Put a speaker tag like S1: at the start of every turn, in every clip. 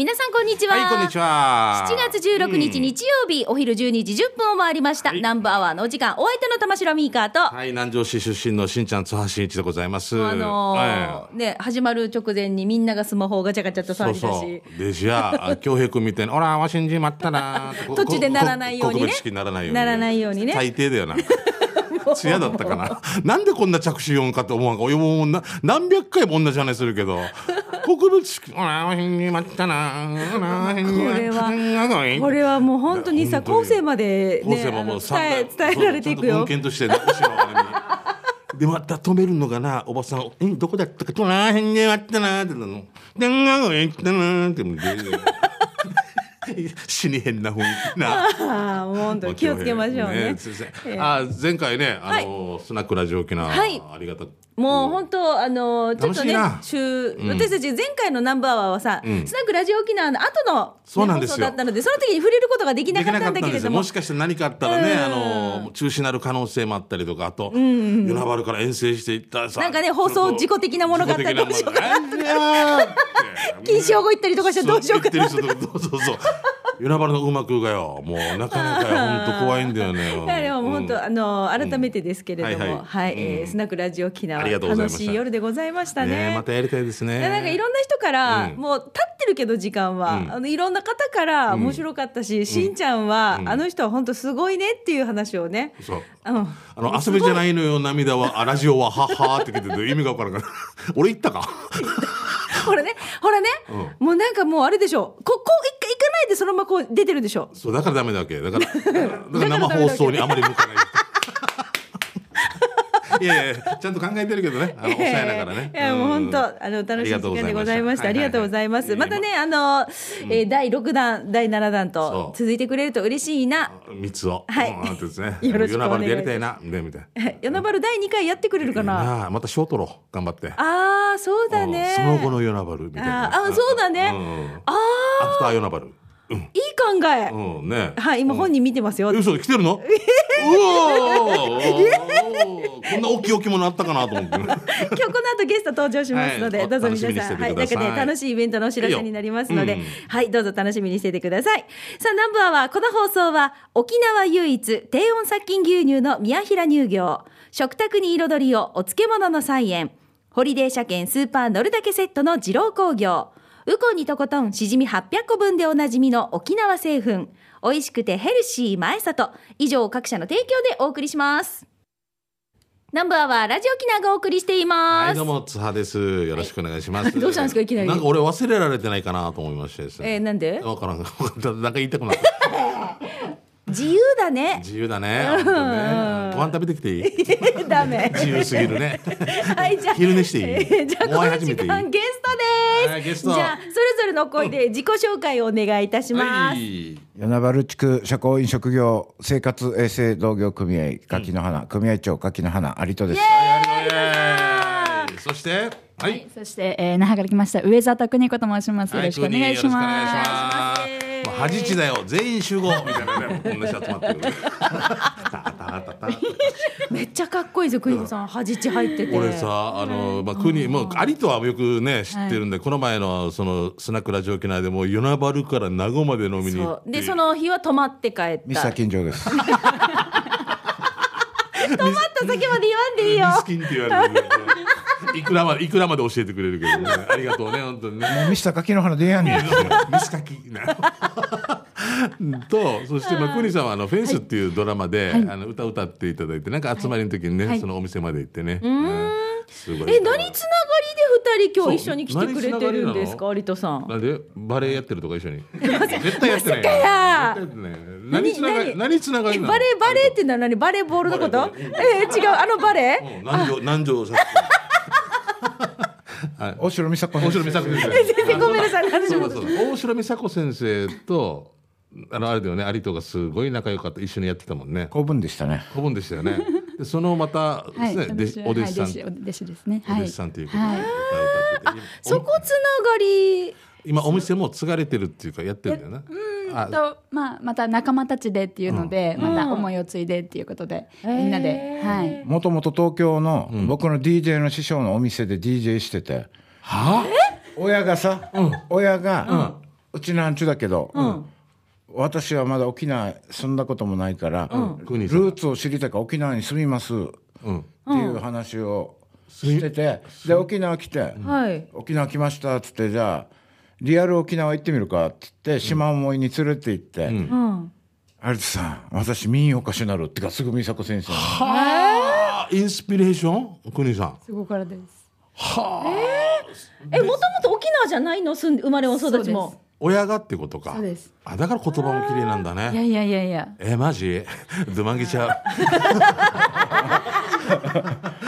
S1: 皆さんこんにちは。
S2: はい、こんにちは。
S1: 7月16日日曜日、お昼12時10分を回りました。
S2: はい
S1: 南部アワーのお時間、お相手の玉城ミーカーと、
S2: はい、南城市出身のしんちゃん、津橋真一でございます。
S1: あのー
S2: ええ
S1: ね、始まる直前にみんながスマホをガチャガチャと
S2: そ
S1: 騒
S2: う
S1: ぎ出し。
S2: そう。で、じゃあ、京平君みたいに、おら、わしんじまったなーって。こ
S1: 途中でならないようにね
S2: こ告別式ならないように。
S1: ならないようにね
S2: 最低だよな。艶だったかな。なんでこんな着手音かって思わんか。俺ももうな何百回も同じ話するけど。告別式、おら、わしんじまったなー。おら、わしんじま
S1: こ
S2: った
S1: れ
S2: な
S1: は、
S2: ー
S1: これはもう本当にさ、
S2: 本当に
S1: 後世まで、
S2: 後
S1: ね、
S2: 世ももう
S1: あの伝え、伝えられていくよ
S2: そうちゃ。んと文献として残しろ俺にでまた止めるのがなおばさん「えどこだったかとらへんにあったな」ってなの「でんがへんったな」ってもうで死に変な雰囲気な。
S1: ああ、もう本当に気をつけましょうね。
S2: すいません
S1: ええ
S2: あ前回ね、あのスナックラジオ沖縄、
S1: はい
S2: ありがたく
S1: もう本当、あのちょっとね
S2: 楽、し
S1: 週、私たち前回のナンバーワーはさ、スナックラジオ沖縄の後の、
S2: そう
S1: ね
S2: なん
S1: 放
S2: ですよ
S1: 送だったので、その時に触れることができな
S2: で
S1: か
S2: き
S1: っ
S2: なか
S1: た
S2: っ
S1: んだ
S2: た
S1: け
S2: んで
S1: れ
S2: すよ
S1: ど
S2: も
S1: も、
S2: しかして何かあったらね、
S1: うん
S2: あの中止になる可能性もあったりとかあと、与那原から遠征していったさ
S1: なんかね放送事故的なものがあったらどうしようか
S2: な
S1: 禁止用語言ったりとかしたらどうしようかな。
S2: なそう言ってる人そうそうそう与那原のうまくがよもうなかなかよ本当怖いんだ よね
S1: いやでも本当、
S2: うん
S1: あの改めてですけれども、
S2: うんはいはい
S1: はい、えースナックラジオ沖縄
S2: ありがとうござい
S1: 楽
S2: ました
S1: しい夜でございましたね。
S2: ねまたやりたいですね
S1: いやなんかいろんな人から、
S2: うん
S1: もう立ってるけど時間は、
S2: うん
S1: あのいろんな方から面白かったし、しんちゃんは、あの人は本当すごいねっていう話をね、
S2: そう
S1: うん、
S2: あの遊びじゃないのよ涙はあラジオははっはーって聞いてて意味がわからんから 俺言ったか
S1: ほらねほらね、もうなんかもうあれでしょここ行か行かないでそのままこう出てるでしょ
S2: そうだからダメだわけだからだから
S1: だからダメだ
S2: 生
S1: わけ
S2: 放送にあまり向かないいやいやちゃんと考えてるけどねあの抑えながらね
S1: いやもう本当
S2: ん
S1: あの楽しい時間でございました。あ
S2: あ
S1: り
S2: り
S1: が
S2: が
S1: と
S2: と
S1: うござ
S2: うござ
S1: い
S2: い
S1: ま。
S2: ますす
S1: またねあの、えー第六弾第七弾と
S2: そう
S1: 続いてくれると嬉しいな。
S2: 三つを
S1: はい
S2: うんってですね
S1: よろしくお願い
S2: 夜中でやりたいなでみたいな
S1: 与那原第二 回やってくれるかな。
S2: なあまた賞取ろう頑張って
S1: ああそうだね。
S2: うんその後の夜なばるみたいな
S1: あーあそうだね
S2: ん
S1: あ
S2: アフター夜なばる
S1: あいい考え。
S2: うんね
S1: はい今本人見てますよ。
S2: え嘘来てるのうおーこんな大きい置物あったかなと思って
S1: 今日この後ゲスト登場しますので、
S2: はいお
S1: どうぞ
S2: 楽しみに
S1: 皆
S2: し
S1: さ
S2: て
S1: ん、
S2: て
S1: はい、
S2: く
S1: なん
S2: だ
S1: か
S2: さい
S1: ね、楽しいイベントのお知らせになりますので、
S2: いいよ
S1: はい、どうぞ楽しみにしていてください。さあ、ナンバーは、この放送は、沖縄唯一、低温殺菌牛乳の宮平乳業、食卓に彩りをお漬物の菜園、ホリデー車検スーパー乗るだけセットの二郎工業、ウコンにとことんしじみ800個分でおなじみの沖縄製粉、美味しくてヘルシー前里、以上各社の提供でお送りします。ナンバーはラジオ沖縄がお送りしています。
S2: はいどうも津波ですよろしくお願いします、
S1: どうしたんですかいきなり
S2: なんか俺忘れられてないかなと思いましてです
S1: えー
S2: ね
S1: なんで
S2: わからんがなんか言いたくなった
S1: 自由だね。
S2: 自由だね本当ねご飯食べてきてい い
S1: ダメ。
S2: 自由すぎるね
S1: はい、じゃあ。
S2: 昼寝していい
S1: えーじゃあ、こ
S2: お会い
S1: の
S2: 始
S1: 時
S2: めていい
S1: 間ゲストです。
S2: はいゲスト
S1: じゃあ、それぞれの声で自己紹介をお願いいたします。
S2: い
S3: 与那原地区社交飲食業生活衛生同業組合柿の花、組合長柿の花有戸です
S2: はいそしてはい、はい、
S4: そして、えー、那覇から来ました上里邦子と申します。よろしくお願いし
S2: よろしくお
S4: ま
S2: 願いします。もう恥地だよ、全員集合みたいなね、こんな人集まってる。
S1: めっちゃかっこいいですよ、クイさん、恥じち入ってて。
S2: 俺さ、あの、まあ、国、もう、ありとはよくね、知ってるんで、この前の、その、スナックラジオ沖縄でも、与那原から名護まで飲みに行
S1: そ
S2: っ
S1: う、
S2: て。
S1: で、その日は泊まって帰っ
S3: 三
S1: た。
S3: 沢金城です
S1: 泊まった先まで言わんでいいよ。
S2: ミスキンって言われてるけどね。いくらまで、いくらまで教えてくれるけどね、ありがとうね、本当にね。
S3: ミスター柿の花で やんねん
S2: ミスカキ とそしてまあ国さんはあの「フェンス」っていうドラマで、あの歌歌っていただいてなんか集まりの時にね、
S4: はい。
S2: そのお店まで行ってね、すごい
S1: え、何つながりで二人今日一緒に来てくれてるんです
S2: そ
S1: か、
S2: う
S1: 有田さん。
S2: なんでバレエやってるとか一緒に絶対やってないよ絶対
S1: や
S2: やってない何つながり何つながり
S1: え
S2: なの
S1: バレー、バレーって何、何バレーボールのこと
S2: バレー
S1: えー違う、あのバレー
S2: うん南條南條さん
S3: 大城美佐子
S2: 大城
S3: 先
S2: 美
S3: 生
S2: 佐子先生
S1: 先生ごめんなさい、話
S2: そう
S1: も
S2: だ。そうだ大城美佐子先生とあのあれだよね有藤がすごい仲良かった一緒にやってたもんね
S3: 公文でしたね
S2: 古文でしたよね。でそのまたです
S4: はい、
S2: すね、弟子
S4: 私は
S2: お弟子さん、
S4: はい、弟子お弟子ですね。
S2: お
S4: はい、
S2: 弟子さんということで
S4: はい
S2: 歌を歌ってて、
S1: そこつながり。
S2: 今お店も継がれてるっていうかやってるんだよな。あ
S4: とまあまた仲間たちでっていうので、また思いを継いでっていうことで、みんなで、はい。
S3: もともと東京の、僕の DJ の師匠のお店で DJ してて
S2: は
S3: 親がさ、親が、うちの範疇だけど、
S1: うん
S3: 私はまだ沖縄住んだこともないから、
S2: 国
S3: ル
S2: 井さん
S3: ーツを知りたいから沖縄に住みますっ
S2: うん
S3: ていう話をしてて、で沖縄来て、
S1: はい。
S3: 沖縄来ましたっつってじゃあリアル沖縄行ってみるかっつって島思いに連れて行って
S2: ん
S1: うん。
S3: 「有田さん私民謡歌手になる」ってかすぐ美佐子先生に
S2: はあインスピレーション国井さん
S4: そこからです
S1: え、もともと沖縄じゃないの、住んで、生まれも育ち
S4: そう
S1: も。
S2: 親がってことか
S4: そうです
S2: あだから言葉も綺麗なんだ
S4: いや
S2: ね
S4: いやいやいや
S2: えマジ ドマンギちゃ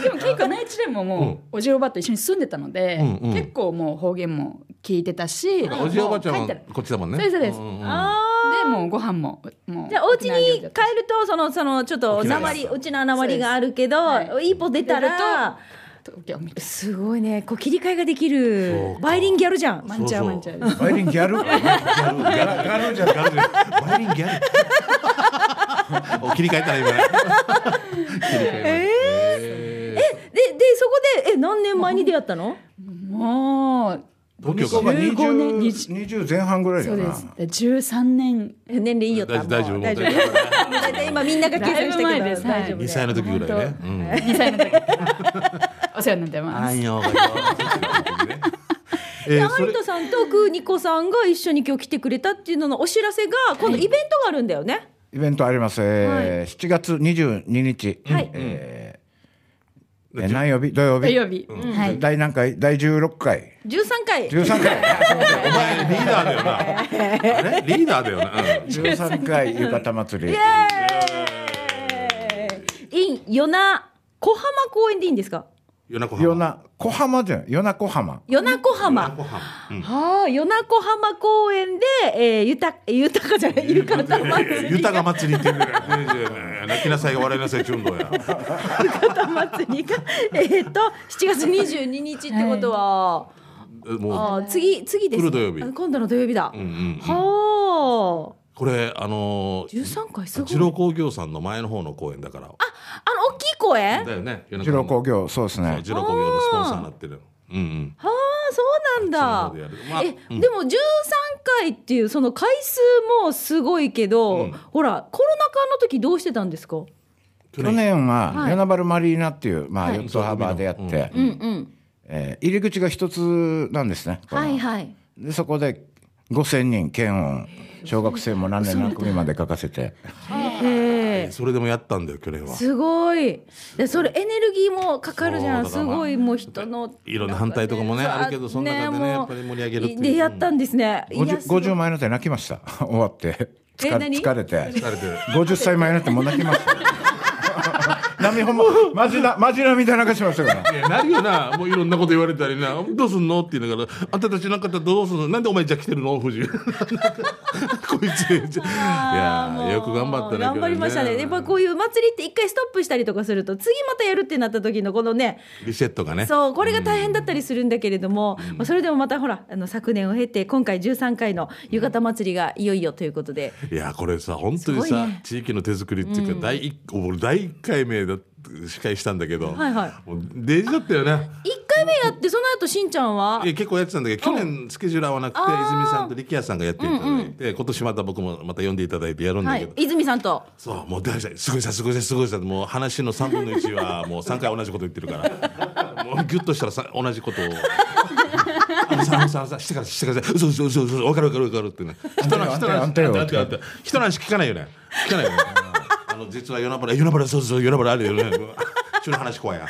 S4: でも結構内地でももう、おじいおばあと一緒に住んでたので、
S2: うんうん
S4: 結構もう方言も聞いてたし、
S2: うおじいおばあちゃん
S4: も
S2: は
S4: う帰ったら
S2: こっちだもんね
S4: そうですそうです
S2: んんん
S1: あ
S4: でもうご飯ももう
S1: あ。じゃあ、お家に帰る
S4: 沖縄料理だった
S1: と、その、その、ちょっと、
S2: 沖縄
S1: な
S2: です
S1: まり、うちのなまりがあるけど、
S4: そうです
S1: 一歩出たら。
S4: 東京みたい
S1: すごいね、こう切り替えができ
S2: そ
S1: る
S2: う。か
S1: バイリンギャルじゃん。
S4: なまんちゃうまんちゃうです
S3: バイリンギャルギャルギャルじゃない
S2: バイリンギャル。お切り替えたら今ね。切り替えました。え
S1: で、で、そこで、え、何年前に出会ったの。
S4: もう
S2: 東
S3: 向
S2: 京
S3: こう
S2: か
S3: が
S2: ら
S4: ね15年
S3: 20, 20前半ぐらいだ
S4: そう
S3: よ
S4: で
S3: な
S4: すで13年
S1: え年齢いいよった。
S2: 大大丈
S1: も
S2: 夫
S1: う大丈夫。大体今みんなが計算したけど
S4: だいぶ前です
S1: 大丈夫
S2: 二歳の時ぐらいね。うん。
S4: 2歳の時お世話になってま
S2: あ
S4: す
S2: んよ。え
S1: で、
S2: ー
S1: ハ
S2: そ
S1: イ
S2: れ
S1: トさんとクーニコさんが一緒に今日来てくれたっていうののお知らせが今度イベントがあるんだよね。
S3: イベントあります、えー7月22日、
S1: はい
S3: えーえー何曜日土曜日
S4: 土曜日、はい
S3: 第何回第16回
S1: 十三回。
S3: 13回
S2: お前リーダーだよな。あれリーダーだよな。うん
S3: 13回浴衣祭り
S1: イン夜な小浜公園でいいんですか。
S2: 夜なこ
S3: 夜
S2: 浜。
S3: な小浜じゃん夜な小浜
S1: 夜な小
S2: 夜な
S1: 浜。
S2: こ浜。うん
S1: はあ、夜な小浜公園で、えー、ゆた、ゆたかじゃない、ゆかた祭り。
S2: ゆたが祭りって言うんだよ。泣きなさいが笑いなさいチュンドや。
S1: 歌祭りが、えっと、7月22日ってことは、
S2: も
S1: あー次、次です。
S2: 来る土曜日
S1: あ今度の土曜日だ。
S2: う。うんうん。
S1: はあ、
S2: これあのー。
S1: 13回すごい。
S2: 次郎工業さんの前の方の公園だから。
S1: あの、大きい公園
S2: だよね。夜な
S3: 次
S2: こ
S3: 郎
S2: 浜
S3: 工業そうです
S2: そう
S3: ね
S2: ジロ工業のスポンサーになってる。うんうん。
S1: はあ、そうなん
S2: そ
S1: だ
S2: う。なんだよまあ
S1: え、
S2: うん
S1: でも13回っていうその回数もすごいけど、
S2: うん
S1: ほらコロナ禍の時どうしてたんですか？
S2: 去
S3: 去
S2: 年
S3: 年は
S1: はい
S3: 与那原マリーナっていう、まあ、
S1: はい
S3: 四つ幅でやって、
S2: うんうん
S1: うんうん。
S3: えー入り口が一つなんですね、この
S1: はいはい。
S3: でそこで5000人検温小学生も何年何組まで書かせて
S1: へえ。
S2: それでもやったんだよ去年は。
S1: すごい。でそれエネルギーもかかるじゃん。
S2: そう
S1: す
S2: だからまあ
S1: ごいもう人の
S2: いろんな反対とかもね
S1: そう
S2: あるけどその中でね
S1: もう
S2: やっぱり盛り上げるっていう
S1: でやったんですね。いや
S3: 50,
S1: すごい
S3: 50前の手泣きました 終わって疲れ
S1: 何
S3: 疲れて
S2: 疲れてる
S3: 50歳前になってもう泣き ました涙ほんまマジなマジなみたいな流しましたから
S2: いやなるよなもういろんなこと言われたりなどうすんのって言いながらあんたたちなんかだったらどうすんのなんでお前じゃあ来てるの藤井 こいつい
S1: あー
S2: や
S1: もう
S2: よく頑張ったね
S1: 頑張りました
S2: 去
S1: ね。
S2: 年
S1: やっぱこういう祭りって一回ストップしたりとかすると、次またやるってなった時のこのね、
S2: リセットが ね
S1: そう、これが大変だったりするんだけれども、まあそれでもまたほら、あの昨年を経て、今回13回の浴衣祭りがいよいよということで、
S2: いやこれさ本当に
S1: すご
S2: さ、
S1: いね
S2: 地域の手作りっていうか、第一俺第一回目だ司会したんだけど、
S1: はいはい
S2: もうデージだったよね
S1: 一回目やって、その後しんちゃんはい
S2: や、結構やってたんだけど去年スケジュール合わなくて
S1: あー
S2: 泉さんと力也さんがやっていただいて、今年また僕もまた呼んでいただいてやるんだ
S1: は
S2: け
S1: い
S2: ど、、
S1: 泉さんと、
S2: そうもう大体すごいさすごいさすごいさもう話の3分の1はもう3回同じこと言ってるからもうギュッとしたらさ同じことを。あのさあのさあのさしてからしてから嘘嘘嘘嘘分かる分かる分かるってね人の
S3: あん
S2: 人
S3: た
S2: の
S3: よあんたよ
S2: 話あんたよ人の話聞かないよね聞かないよねあの実は夜なばら夜なばらそうそう夜なばらあるよね人の話怖いや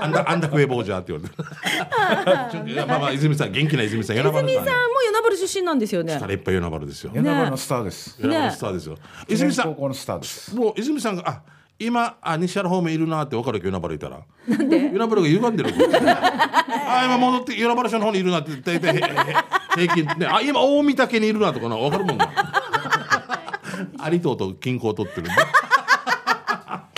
S2: あんだあんだ食え坊じゃって言われていやまあまあ泉さん元気な泉さん夜なばら
S1: 泉
S2: さ
S1: さ
S2: ん
S1: ん
S2: ね
S1: も与那原出身なんですよね
S2: た。らいっぱい夜なばらですよ
S3: 夜中のスターです
S2: 夜なばらスターですよ泉さ
S3: 高
S2: ん
S3: 校のスターです
S2: もう泉さんがあ今あ西原方面いるなって分かるけど夜なばらいたらなんで夜なばらが 歪んでるあ今戻って夜なばら署の方にいるなって大体へへ平均ねあ今大御嶽にいるなとかな分かるも んな有党と均衡を取ってるんで ま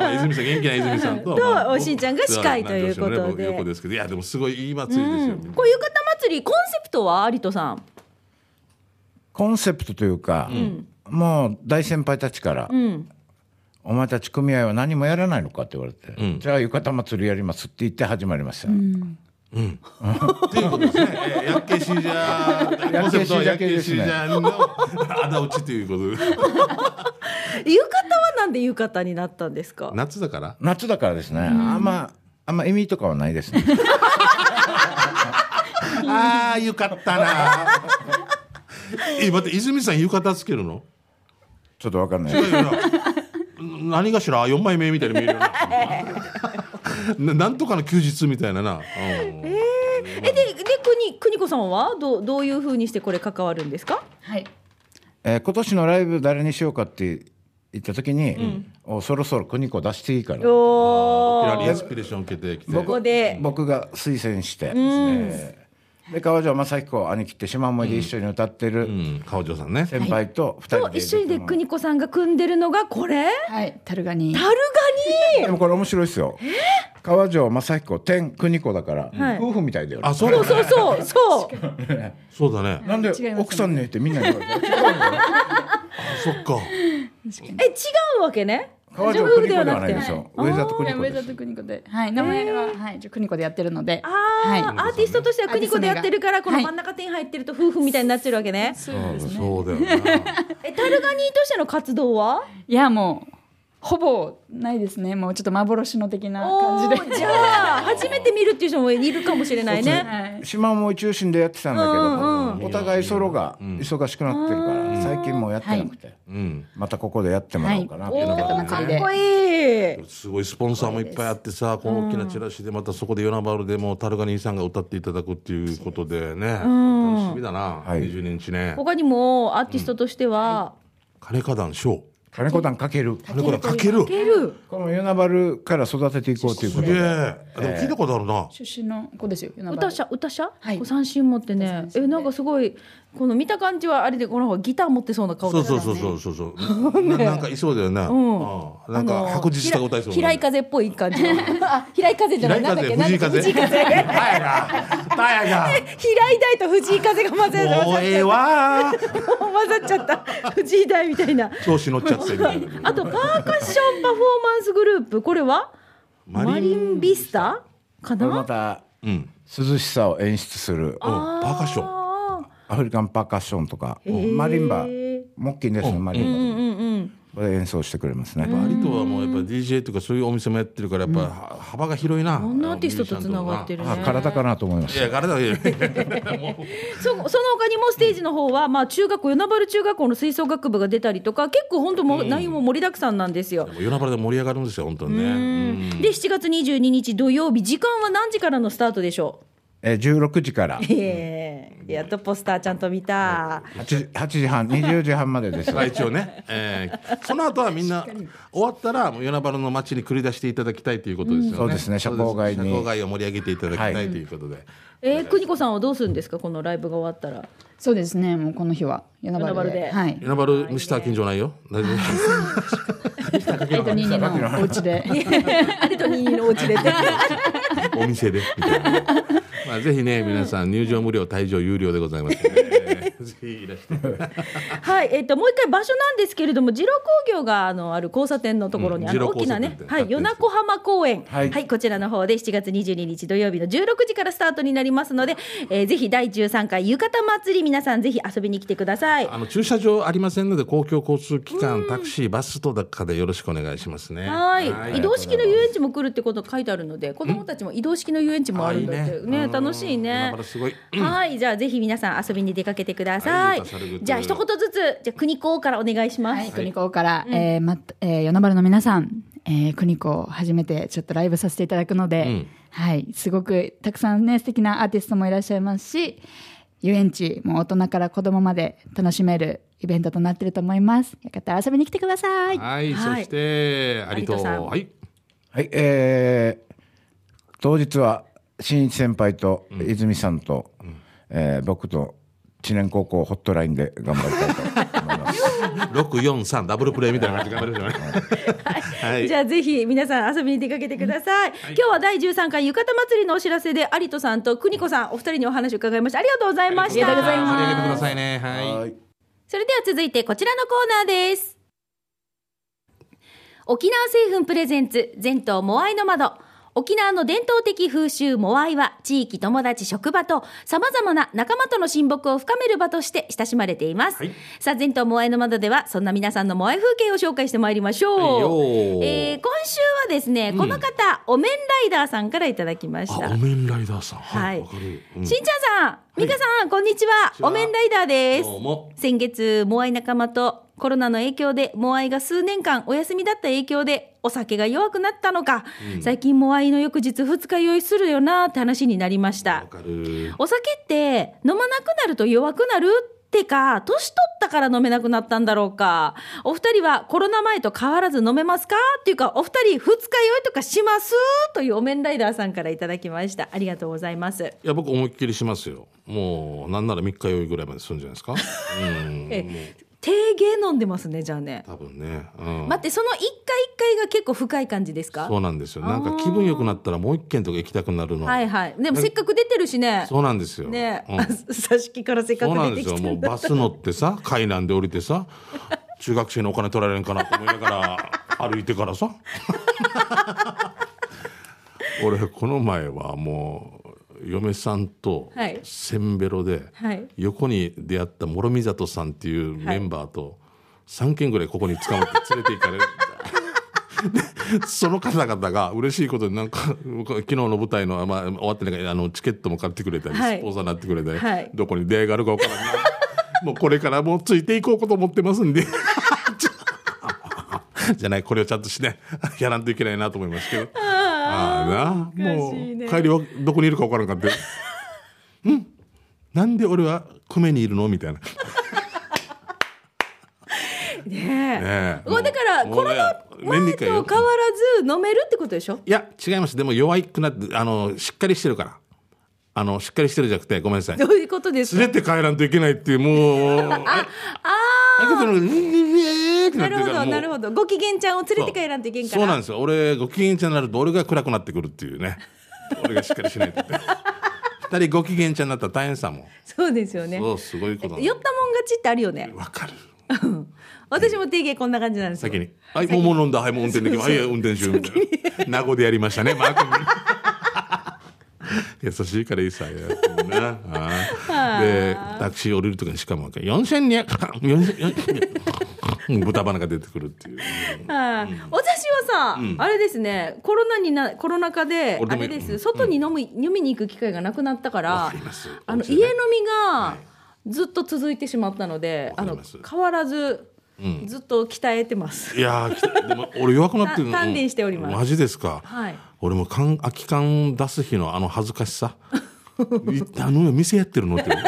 S2: あ、泉さん元気な泉さんと、
S1: と
S2: まあ
S1: しんちゃんが司会ということで
S2: なんしょうね僕横ですけどいやでもすごいいい祭りですよ、
S1: こう浴衣祭り、コンセプトは有戸さん。
S3: コンセプトというか、もう大先輩たちから、お前たち組合は何もやらないのかって言われて、じゃあ浴衣祭りやりますって言って始まりました、
S2: うん。ということですね。えー、ヤッケシージャー、コンセプトはヤッケシージャー の穴落ちということで。
S1: 浴衣はなんで浴衣になったんですか
S2: 夏だから
S3: 夏だからですね、あんまあんま意味とかはないですね
S2: ああ、よかったな。え、待って、泉さん浴衣つけるの
S3: ちょっとわかんない
S2: いやいや何がしら4枚目みたいに見えるよなななんとかの休日みたいなな、うん
S1: えでで国国子さんはどうどういうふうにしてこれ関わるんですか
S4: はい
S3: えー今年のライブ誰にしようかって言った時に、おそろそろ国子出していいから
S1: お
S2: いき
S1: ー
S2: なりインスピレーション受けてきて
S1: ここで
S3: 僕が推薦してですね、で川上正彦兄貴って島思いで一緒に歌って
S2: う
S3: る
S2: ん、川上さんね
S3: 先輩と二人
S1: と
S3: で
S1: 一緒にで邦子さんが組んでるのがこれ
S4: はいタルガニ
S1: タル
S3: でもこれ面白いですよ川上正彦天邦子だから、
S1: はい
S3: 夫婦みたいだよね
S2: あそう
S1: ガ
S2: だ
S1: ニそう
S2: ね
S1: そうそうそう
S2: そうだね
S3: なんで
S4: 違いますね
S3: 奥さんねってみんなに言われて
S2: あそっか
S1: え違うわけね
S3: 川上邦子ではないですよ上里
S4: は
S3: 邦
S4: い
S3: 子
S4: 上
S3: です
S4: 里邦子ではい名前ははいじゃあ邦子でやってるので
S1: あ
S4: はい
S1: ー、アーティストとしては邦子でやってるからこの
S4: はい
S1: 真ん中点入ってると夫婦みたいになってるわけね
S4: そう
S2: あ
S4: ですね
S2: そうだよね
S1: えタルガニーとしての活動はい
S4: やもうほぼないですねもうちょっと幻の的な
S1: お
S4: 感じ
S1: ー
S4: で
S1: じゃあ初めて見るっていう人もいるかもしれないね
S4: はい
S3: 島も中心でやってたんだけど、
S1: うん
S2: うん
S3: お互いソロが忙しくなってるから、最近もうやってなくて、
S2: うん
S3: またここでやってもらおうかなって
S1: お
S3: いうのが、
S1: ー
S4: か
S1: か
S4: っ
S1: っ
S4: こ
S1: こいい
S2: すごいスポンサーもいっぱいあってさこの大きなチラシでまたそこで「ヨナバル」でもうタルガニーさんが歌っていただくっていうことでね楽しみだな、
S3: はい
S2: 22日ね
S1: 他にもアーティストとしては、
S2: 金花壇賞
S3: 金子団かける
S2: 金花壇かける
S1: 出る
S3: この与那原から育てていこうというこ
S2: す
S3: と
S2: げえ
S3: で
S2: あでも聞いたことあるな
S4: 出身の子ですよ与那原
S1: 歌者歌者、
S4: はい
S1: こう三振持ってねえなんかすごいこの見た感じはあれでこの方がギター持ってそうな顔
S2: そ
S1: だ
S2: うそうそうそうそうそう。ななんかいそうだよね。うんなんか白日した歌いそう。
S1: 平井風っぽい感じのあ平井風じゃな
S2: 平
S1: いな
S2: 井
S1: んだっ
S2: 風
S1: けなん
S2: 藤
S1: だ
S2: 井
S1: っけ藤
S2: 風。
S1: 井風
S2: やが。たや が。
S1: 平井大と藤井風が混ぜ混
S2: も
S1: ざ
S2: う
S1: っ
S2: ええ
S1: ちゃっ
S2: わー。
S1: た 混ざっちゃった藤井大みたいな
S2: 調子乗っちゃってるみたいな。
S1: あとパーカッションパフォーマンスグループこれは
S2: マ
S1: マ
S2: リン
S1: リンビスタか
S3: これ
S1: な
S3: また
S2: うん。
S3: 涼しさを演出する
S2: パーカッション。
S1: あ
S3: アフリカンパーカッションとか
S1: ー
S3: マリンバ
S1: へ
S3: 木琴ですねマリ
S1: ーうん
S3: ン
S1: うんうん
S3: バこれ演奏してくれますね
S2: バリ島はもうやっぱ DJ とかそういうお店もやってるからやっぱは幅が広いな。
S1: こんなアーティストとつながってるね
S3: あ体かなと思いま
S2: い
S3: し
S2: や
S3: た
S2: 体がいい。
S1: そその他にもステージの方は、まあ、中学校与那原中学校の吹奏楽部が出たりとか結構本当も、内容も盛りだくさんなんですよ。
S2: 夜なばらで盛り上がるんですよ本当にね。うん
S1: で7月22日土曜日時間は何時からのスタートでしょ
S3: えー16時 から
S1: うへえやっとポスターちゃんと見た、
S3: 8, 8時半20時半までです
S2: まあ一応ね、えー、その後はみんな終わったらもう与那原の街に繰り出していただきたいということですよね、
S3: そうですね社交外に
S2: 社交外を盛り上げていただきたいということで、
S1: えー、邦子さんはどうするんですかこのライブが終わったら
S4: そうですねもうこの日は与那原で
S1: 与那
S4: は
S1: 原
S4: い
S2: 与那原虫田近所ないよ大丈夫
S4: えっとニーニーのお家で
S1: あれとニーニーのお家でて
S2: お店でみたいなまあぜひね皆さん入場無料退場有料でございますので、えーぜひいらして
S1: はい、えっともう一回場所なんですけれども二郎工業があのある交差点のところに、
S2: うん
S1: あの
S2: 二郎
S1: 大きなね
S2: 交差点、で
S1: は
S2: やっ
S1: い、
S2: てる
S1: 与
S2: んで
S1: 那
S2: す
S1: 湖浜公園、は、
S3: はいい
S1: こちらの方で7月22日土曜日の16時からスタートになりますので、えー、ぜひ第13回浴衣祭り皆さんぜひ遊びに来てください。
S2: あの駐車場ありませんので公共交通機関タクシーバスとかでよろしくお願いしますね
S1: はい、移動式の遊園地も来るってこと書いてあるので、子供たちも移動式の遊園地もあるんだって、
S2: あいい
S1: ね
S2: ね
S1: 楽しい
S2: うん
S1: ね
S2: まだ。すごい
S1: はい、じゃあぜひ皆さん遊びに出かけてくださ。
S2: はいいユータサルグッズ
S1: じゃあ一言ずつ、じゃあ国子からお願いします。
S4: はい国子からえーまえー与那原の皆さんえー国子を初めてちょっとライブさせていただくのではいすごくたくさんね素敵なアーティストもいらっしゃいますし遊園地も大人から子供まで楽しめるイベントとなってると思いますよかったら遊びに来てください
S2: はい、
S1: はい
S2: そして有
S1: 有
S2: 藤
S1: 田さん
S2: はい
S3: はい、えー当日は新一先輩と泉さんと、えー僕と知念高校ホットラインで頑張りたい と思います。
S2: 六四三ダブルプレイみたいな感じで頑張りましょうね。はい
S1: じゃあぜひ皆さん遊びに出かけてください。今日は第13回浴衣祭りのお知らせで有戸さんと邦子さんお二人にお話を伺いました。ありがとうございました。
S2: 盛り上げてくださいね。はい。
S1: それでは続いてこちらのコーナーです。沖縄製粉プレゼンツ全島モアイの窓。沖縄の伝統的風習モアイは地域友達職場とさまざまな仲間との親睦を深める場として親しまれています、
S2: はい
S1: さあ前頭モアイの窓ではそんな皆さんのモアイ風景を紹介してまいりまし
S2: はい
S1: ょ
S2: よ
S1: う、
S2: ー
S1: えー今週はですね、この方お面ライダーさんからいただきました
S2: あ、お面ライダーさん。
S1: は
S2: はいい。わかる。うん
S1: しんちゃんさん、美香さん、こんにちは。
S2: こんにちは
S1: お面ライダーです
S2: どう。も。
S1: 先月、モアイ仲間とコロナの影響で、モアイが数年間お休みだった影響で、お酒が弱くなったのか、最近モアイの翌日二日酔いするよなって話になりまし
S2: わ
S1: た。
S2: かる。
S1: お酒って飲まなくなると弱くなるってか、年取ったから飲めなくなったんだろうか。お二人はコロナ前と変わらず飲めますかっていうか、お二人二日酔いとかしますというお面ライダーさんからいただきました。ありがとうございます。
S2: いや、僕思いっきりしますよ。もう、なんなら三日酔いぐらいまでするんじゃないで すか。うん。
S1: え低減飲んでますねじゃあね
S2: 多分ね。うん。
S1: 待ってその一回一回が結構深い感じですか
S2: そうなんですよ。なんか気分良くなったら、もう一軒とか行きたくなるの。
S1: はいはいでもせっかく出てるしね
S2: そうなんですよ。
S1: ねえ、
S2: うん
S1: 座敷からせっか
S2: そうな
S1: く
S2: ん
S1: 出
S2: で
S1: て
S2: す
S1: き
S2: よ。
S1: て
S2: もう
S1: る
S2: バス乗ってさ、 階段で降りてさ、中学生のお金取られるんかなと思いながら 歩いてからさ。俺この前はもう嫁さんと
S1: はい
S2: せんべろで
S1: はい
S2: 横に出会った諸見里さんっていうメンバーと3軒ぐらいここに捕まって連れて行かれる。 その方々が嬉しいことになんか僕昨日の舞台の、まあ、終わってないからあのチケットも買ってくれたり、
S1: はい
S2: スポンサーになってくれたり、
S1: はい
S2: どこに出会いがあるか分 からんないもうこれからもうついていこうかと思ってますんで じゃないこれをちゃんとしねやらんといけないなと思いますけどああなも
S1: お
S2: う
S1: かしいね
S2: 帰りはどこにいるか分からん かってうんなんで俺は久米にいるのみたいなね
S1: ね
S2: え
S1: えもうだから
S2: も
S1: コ
S2: う
S1: ロ
S2: ね
S1: ナ
S2: 年
S1: 前
S2: に一
S1: と
S2: 回
S1: 変
S2: よ
S1: わらず飲めるってことでしょ
S2: いや違いますでも弱いくなってあのしっかりしてるからあのしっかりしてるじゃなくてごめんなさい
S1: どういうことです
S2: 連
S1: か
S2: れて帰らんといけないっていうもう あああ
S1: な
S2: な
S1: るほどなる
S2: ど
S1: ほどご機嫌ちゃんを連れて帰らんといけんから
S2: そうなんですよ俺ご機嫌ちゃんになると俺が暗くなってくるっていうね俺がしっかりしない とって二人ご機嫌ちゃんになったら大変さも
S1: そうですよね
S2: そうすごいことなんだ
S1: 酔ったもん勝ちってあるよね
S2: わかる
S1: 私も定芸こんな感じなんですよ
S2: 先に「はいもうもう飲んだはいもう運転できるはい運転中」名護でやりましたねマー君 優しいからいいさやってんなはいでタクシー降りるときにしかも4200 4200豚鼻が出てくるっていう
S1: はい、私はさ、あれですねコロナになコロナ禍であ
S2: 俺でも
S1: れです外に飲む、飲みに行く機会がなくなったから
S2: わかります
S1: あの
S2: そう
S1: 家飲
S2: ですよね
S1: みがずっと続いてしまったので、
S2: わか
S1: あ
S2: り
S1: の
S2: ます
S1: 変わらず、ずっと鍛えてます。
S2: いやーきたでも俺弱くなってるの
S1: た鍛錬しております
S2: マジですか、
S1: はい
S2: 俺もかん空き缶出す日のあの恥ずかしさ いあの店やってるのって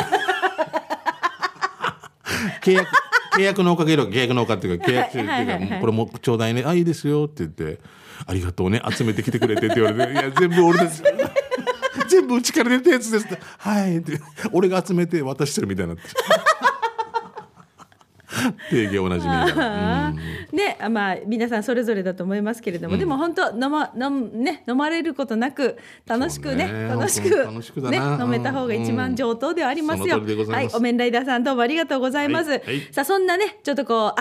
S2: 契約契約のおかげよ契約のおかっていうか契約書っていうか、
S1: はいはいはいはい
S2: これもうちょうだいねあいいですよって言ってありがとうね集めてきてくれてって言われていや全部俺です 全部うちから出たやつですってはいって俺が集めて渡してるみたいになって 定義おなじみだからうん
S1: ね、あまあ皆さんそれぞれだと思いますけれども、でも本当飲ま飲むね飲まれることなく楽しくね
S2: そうね
S1: 楽し
S2: 本
S1: く
S2: 当楽しくだ
S1: ね
S2: な
S1: 飲めた方が一番上等ではありますよ。
S2: うんその通りでござ
S1: はいい
S2: ま、す
S1: お面ライダーさんどうもありがとうございます。
S2: はいはい
S1: さあそんなねちょっとこうあ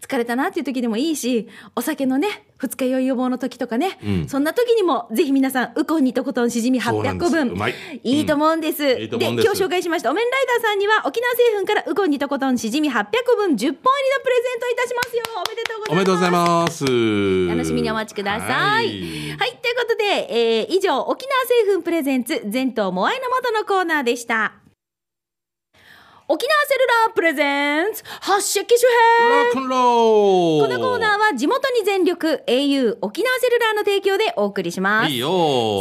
S1: ー疲れたなっていう時でもいいし、お酒のね二日酔い予防の時とかね、そんな時にもぜひ皆さんウコンにとことんしじみ
S2: そうな
S1: 800
S2: んで
S1: 個
S2: す
S1: 分
S2: うまい
S1: いいと思うんです。
S2: んいいと思うんです
S1: 今日紹介しましたお面ライダーさんには沖縄製粉からウコンにとことんしじみ800個分10本入りのプレゼントいたしますよ。おめでとうございます。
S2: おめでとうございます。楽
S1: 楽しみにお待ちください。
S2: は
S1: はい、
S2: い。
S1: ということで、えー以上、沖縄製粉プレゼンツ、全島モアイの元のコーナーでした。沖縄セルラープレゼンツ、発射機種編
S2: ロックンロー
S1: このコーナーは地元に全力 au 沖縄セルラーの提供でお送りします。
S2: いいよ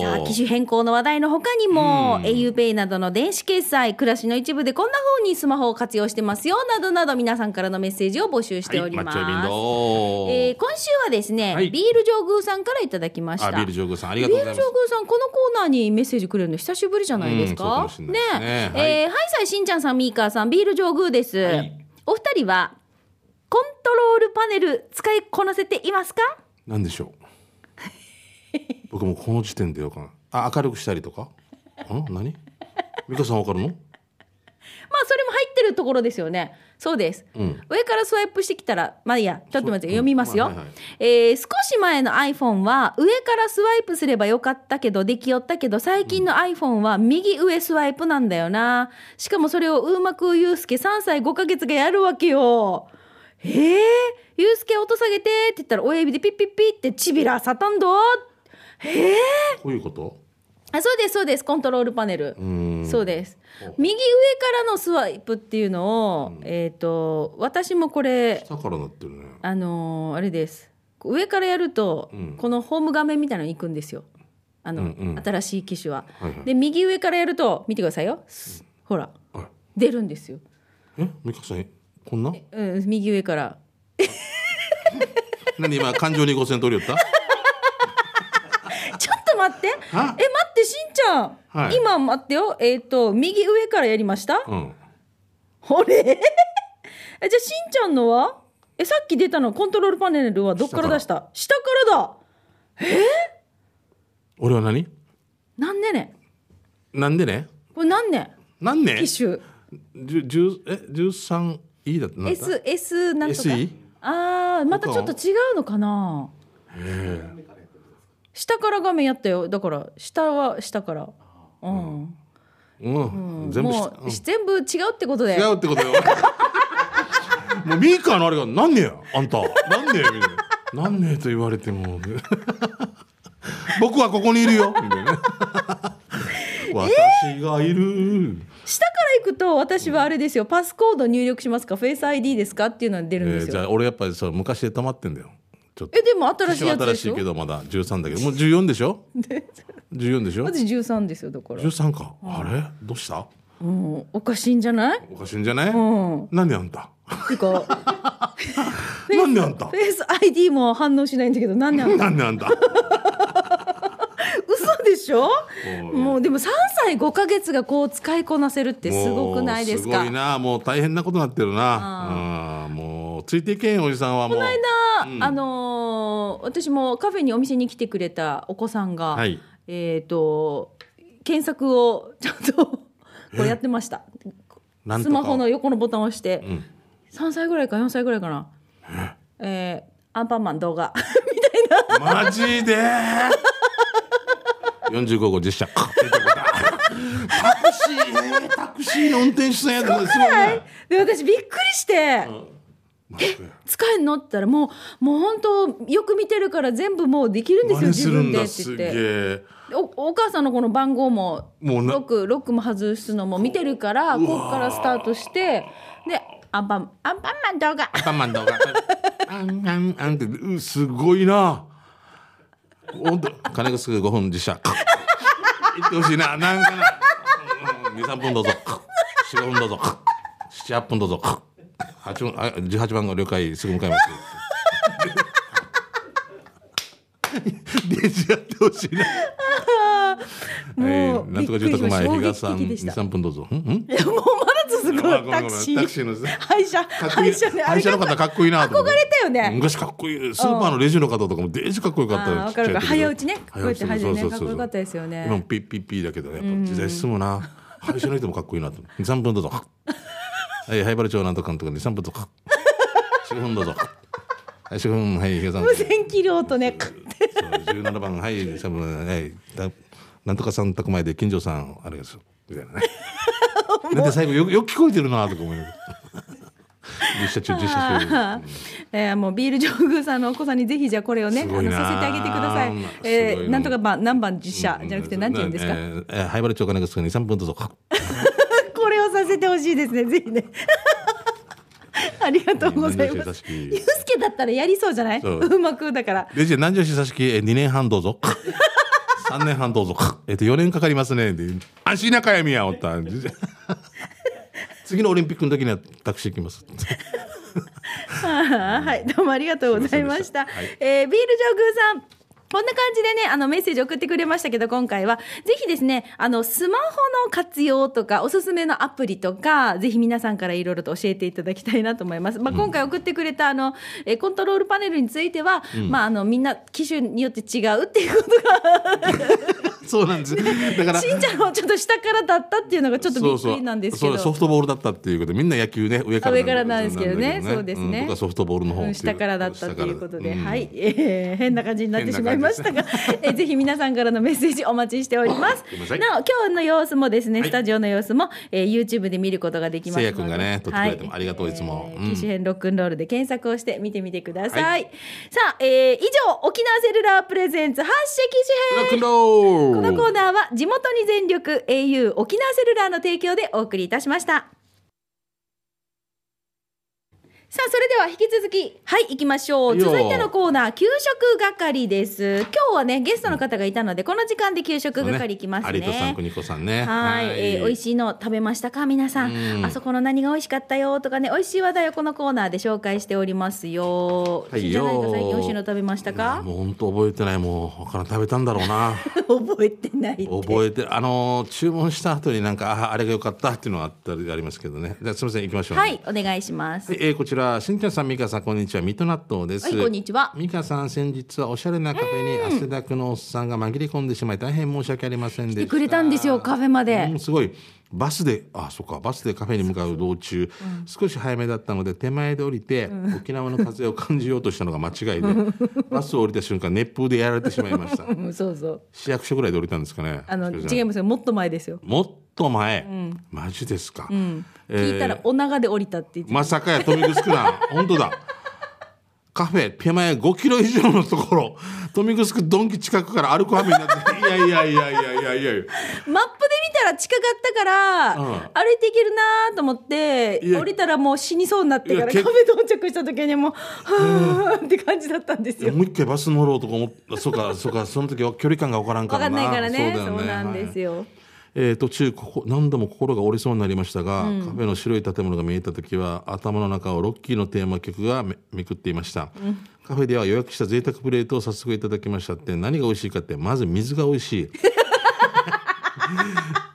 S1: さあ機種変更の話題の他にも auPay などの電子決済暮らしの一部でこんな風にスマホを活用してますよなどなど皆さんからのメッセージを募集しております、
S2: はい、マッチョビンド
S1: えー今週はですね、
S2: はい
S1: ビール上宮さんからいただきました
S2: あビール上宮さんあり
S1: ビ
S2: が
S1: ー
S2: とう
S1: ル
S2: ご
S1: 上
S2: ざい
S1: 宮
S2: ます
S1: さんこのコーナーにメッセージくれるの久しぶりじゃないです
S2: うん
S1: か
S2: そうかもしれないですね
S1: ね
S2: はい
S1: えーハイサイしんちゃんさんミーカーさんビール上宮です、
S2: はい
S1: お二人はコントロールパネル使いこなせていますか
S2: なんでしょう。 僕もこの時点でよくない。あ明るくしたりとか。あ何？美香さんわかるの？
S1: あそれも入ってるところですよねそうです、
S2: うん
S1: 上からスワイプしてきたらまあいいやちょっと待って読みますよ、
S2: うんはいはい
S1: えー少し前の iPhone は上からスワイプすればよかったけどできよったけど最近の iPhone は右上スワイプなんだよなしかもそれをうーまくゆうすけ3歳5ヶ月がやるわけよえー、ゆうすけ音下げてって言ったら親指でピッピッピッってちびらさたんどえー、
S2: こういうこと
S1: あそうですそうですコントロールパネル、
S2: うん
S1: そうです右上からのスワイプっていうのを、えっ、と私もこれ
S2: 下からなってるね
S1: あのーあれです上からやると、
S2: うん
S1: このホーム画面みたいなのに行くんですよあの、
S2: うんうん
S1: 新しい機種は、
S2: はいはい
S1: で右上からやると見てくださいよ、すほら
S2: あれ
S1: 出るんですよ、
S2: え美香さんこんな
S1: うん、右上から
S2: 何今感情に五千取りよった
S1: ちょっと待ってえ
S2: あ
S1: 待ってしんちゃん、
S2: はい
S1: 今待ってよえっ、と右上からやりました、
S2: うん
S1: ほれ えじゃあしんちゃんのはえさっき出たのコントロールパネルはどっから出した下からだ
S2: 俺は何
S1: なんでね
S2: なんでね
S1: これ何年
S2: 何年
S1: 機種
S2: 十十え十三 E だってなんだ
S1: S S なんとか
S2: SE
S1: ああまたちょっと違うのかな下から画面やったよだから下は下からうん、
S2: うん、全部し
S1: もう、
S2: うん
S1: 全部違うってことで
S2: 違うってこと よもうミーカーのあれが「なんねやあんたなんねや」みたいな「なんねや」と言われても 僕はここにいるよみた いな私がいる、
S1: 下から行くと私はあれですよパスコード入力しますかフェイス ID ですかっていうのが出
S2: え
S1: るんです
S2: ーじ
S1: よ、
S2: ゃあ俺やっぱりそう昔で溜まってんだよちょっと
S1: えでも新しいやつ
S2: 新
S1: で
S2: し
S1: し
S2: い
S1: ょ
S2: けどまだ13だけどもう14で しょ14でしょ
S1: 私13ですよだから、
S2: 13か、あれどうした
S1: うん、おかしいんじゃない
S2: おかしいんじゃない、
S1: うん
S2: なんであんた
S1: て かフェイス
S2: なんであんた
S1: フェイス ID も反応しないんだけどなんであんた
S2: なんであんた
S1: 嘘でしょ
S2: おい
S1: もうでも3歳5ヶ月がこう使いこなせるってすごくないです
S2: もうす
S1: か
S2: ごいなもう大変なことになってるなうんもうついていけんおじさんはもう
S1: この間、あのー私もカフェにお店に来てくれたお子さんが、
S2: はい
S1: えっ、と検索をちゃんと こうやってました
S2: なんと
S1: ス
S2: か
S1: マホの横のボタンを押して、
S2: ん
S1: 3歳ぐらいか4歳ぐらいかなえーアンパンマン動画 みたいな
S2: マジで45号実車タクシー、えータクシーの運転手さんやってすごいね
S1: で私びっくりして、
S2: マジで
S1: 使えんのって言ったらもうもう本当よく見てるから全部もうできるんです
S2: 真
S1: よ
S2: 似す
S1: 自
S2: る
S1: 分
S2: ん
S1: でっ
S2: だ
S1: て言
S2: す
S1: っ
S2: げ
S1: て
S2: え
S1: おお母さんのこの番号も
S2: もうな
S1: ロックロックも外すのも見てるからここからスタートしてでアンパンアンパンマン動画
S2: アンパンマン動画アンアンアンってうんすごいな本当金がすぐ5分実写行ってほしいななんかな、うん、23分どうぞ45分どうぞ78分どうぞ8分あ18番が了解すぐ向かいます電車やってほしいな。 え
S1: もう
S2: ー、なんとか
S1: びっ
S2: 住
S1: くりしま
S2: 宅
S1: した
S2: 前比嘉さん
S1: 衝撃的でした
S2: 二三分どうぞ。うんうん。
S1: いやもうまだ続く
S2: あ
S1: わ
S2: ごめ
S1: タ
S2: んごめん
S1: クシ
S2: タクシーのですね
S1: ー廃車
S2: かっこいい
S1: 廃車ねあ
S2: 会
S1: れ
S2: 社の
S1: が
S2: 方かっこいいなと思って
S1: 憧れたよね
S2: 昔かっこいいスーパーのレジの方とかもデージかっこよかった
S1: あー
S2: よ
S1: わかる
S2: ちっちゃい時
S1: 早打ちねこうやって
S2: 早打ち
S1: 早打ちね
S2: そうそ
S1: かっ
S2: うそう
S1: こよかったですよね
S2: 今もピッピッピーだけどねやっぱ時代進むな会社の人もかっこいいなと思う23分どうぞはい灰原町なんとかのとか23分どうぞ4分どうぞはい4分はい平さん
S1: 無線切ろうとねカッて
S2: そう17番はい3分はいだなんとかさん宅前で近所さんあれですよみたいな ねなんで最後よくよく聞こえてるなとか思いながら実写中実写中
S1: あー えーもうビール上宮さんのお子さんにぜひじゃあこれをねあ
S2: す
S1: の
S2: ごい
S1: させ
S2: な
S1: て
S2: ー
S1: あげてください
S2: うん。
S1: え
S2: すご
S1: ー
S2: いな
S1: なんとかば何番実写じゃなくて何て言うんですか
S2: え。ーえー灰原町金がすぐに3分どうぞ。
S1: これをさせてほしいですね。ぜひね。 ありがとうござい
S2: 何
S1: ま
S2: 々
S1: す。
S2: し
S1: ゆうすけだったらやりそうじゃない？
S2: そう
S1: うまくだから。
S2: レジ南城市佐々木えー2年半どうぞ。3年半どうぞ。えっと4年かかりますね。で足中やみやおった。 次のオリンピックの時にはタクシー行きます。
S1: はい、どうもありがとうございました。
S2: すいませんでしたはい
S1: えービール上宮さん。こんな感じでね、あのメッセージ送ってくれましたけど、今回は、ぜひですね、あの、スマホの活用とか、おすすめのアプリとか、ぜひ皆さんからいろいろと教えていただきたいなと思います。まあ、今回送ってくれた、あの、えーコントロールパネルについては、まあ、あの、みんな機種によって違うって いうこと
S2: そうなんです。だから
S1: が、しんちゃんをちょっと下からだったっていうのがちょっとびっくりなんですけど。
S2: そうそうそうソフトボールだったっていうことでみんな野球ね上から
S1: 上からなんですけどねそうですね
S2: ん僕はソフトボールの方っ
S1: う
S2: てい
S1: ん
S2: う
S1: 下からだったということで、
S2: 下から
S1: は
S2: うん
S1: い、えー変な感じになってしまいましたが、えーぜひ皆さんからのメッセージお待ちしております
S2: ごめんなさい
S1: お今日の様子もですね、
S2: はい
S1: スタジオの様子も、えー、YouTube で見ることができますので
S2: せいやくんがね撮ってくれてもありがとういつも
S1: え
S2: う
S1: ー
S2: ん
S1: 機種編ロックンロールで検索をして見てみてください、
S2: は
S1: さあ、えー以上沖縄セルラープレゼンツ発射機種編
S2: ロックンロー
S1: こ
S2: ル
S1: のコーナーは地元に全力 au 沖縄セルラーの提供でお送りいたしました。さあそれでは引き続きはい行きましょ
S2: いういよ
S1: 続いてのコーナー給食係です今日はねゲストの方がいたのでこの時間で給食係いきますね
S2: 有田さん邦子さんね
S1: はい、えー美味
S2: い
S1: しいの食べましたか皆さん、
S2: うん
S1: あそこの何が美味しかったよとかね美味しい話題をこのコーナーで紹介しておりますよ、
S2: はい
S1: じゃ
S2: よ
S1: ないか最近美味しいの食べましたか
S2: もう本当覚えてないもうわからん食べたんだろう な
S1: 覚えてないって
S2: 覚えてあのー注文した後になんかああれが良かったっていうのはあったりありますけどねじゃあすみません行きましょうね
S1: はいお願いします
S2: はい、えーこちら、しんちゃんさん、みかさん、こんにちは。水戸納豆です。
S1: はいこんにちは
S2: みかさん、先日はおしゃれなカフェに汗だくのおっさんが紛れ込んでしまい、大変申し訳ありませんでした。
S1: 来てくれたんですよカフェまで
S2: うんすごい。バスで、あ、そっか、バスでカフェに向かう道中、少し早めだったので、手前で降りて、沖縄の風を感じようとしたのが間 違いで、バスを降りた瞬間、熱風でやられてしまいました。
S1: うんそうそう
S2: 市役所ぐらいで降りたんですかね。
S1: あの
S2: しかし
S1: 違いますよもっと前ですよ、
S2: もっと前、マジですか。えー
S1: 聞いたらお長で降りたって言って
S2: まさかや、富城な。本当だ。カフェ、手前5キロ以上のところ、富城ドンキ近くから歩く羽目になって、いやいやいやいやいやいやいや。
S1: マップで見たら近かったから、
S2: うん
S1: 歩いていけるなと思って
S2: いや
S1: 降りたらもう死にそうになってから
S2: いや
S1: カ
S2: 結
S1: フェ到着した時にもうはーって感じだったんですよ。
S2: もう一回バス乗ろうとか思った。そうか、そうか、その時は距離感がわからんか
S1: 分からん
S2: な。
S1: ないからね
S2: だ
S1: そう
S2: よ
S1: なんですよ、
S2: えー途中ここ何度も心が折れそうになりましたが、カフェの白い建物が見えた時は頭の中をロッキーのテーマ曲がめめくっていました、カフェでは予約した贅沢プレートを早速いただきましたって何が美味しいかってまず水が美味しい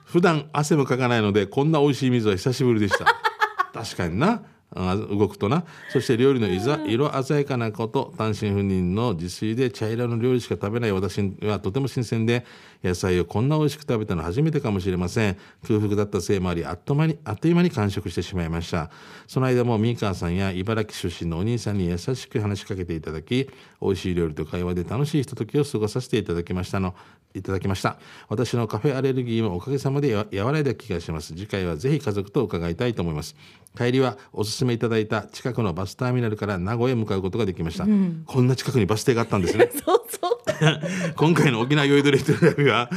S2: 普段汗もかかないのでこんな美味しい水は久しぶりでした 確かになあ動くとなそして料理のいざ色鮮やかなこと単身赴任の自炊で茶色の料理しか食べない私にはとても新鮮で野菜をこんな美味しく食べたの初めてかもしれません空腹だったせいもありあっとまにあっという間に完食してしまいましたその間もミーカーさんや茨城出身のお兄さんに優しく話しかけていただき美味しい料理と会話で楽しいひとときを過ごさせていただきましたのいただきました私のカフェアレルギーもおかげさまでや和らいだ気がします次回はぜひ家族と伺いたいと思います帰りはおすすめいただいた近くのバスターミナルから名古屋へ向かうことができました、こんな近くにバス停があったんですね
S1: そうそう
S2: 今回の沖縄酔いどれ一人旅は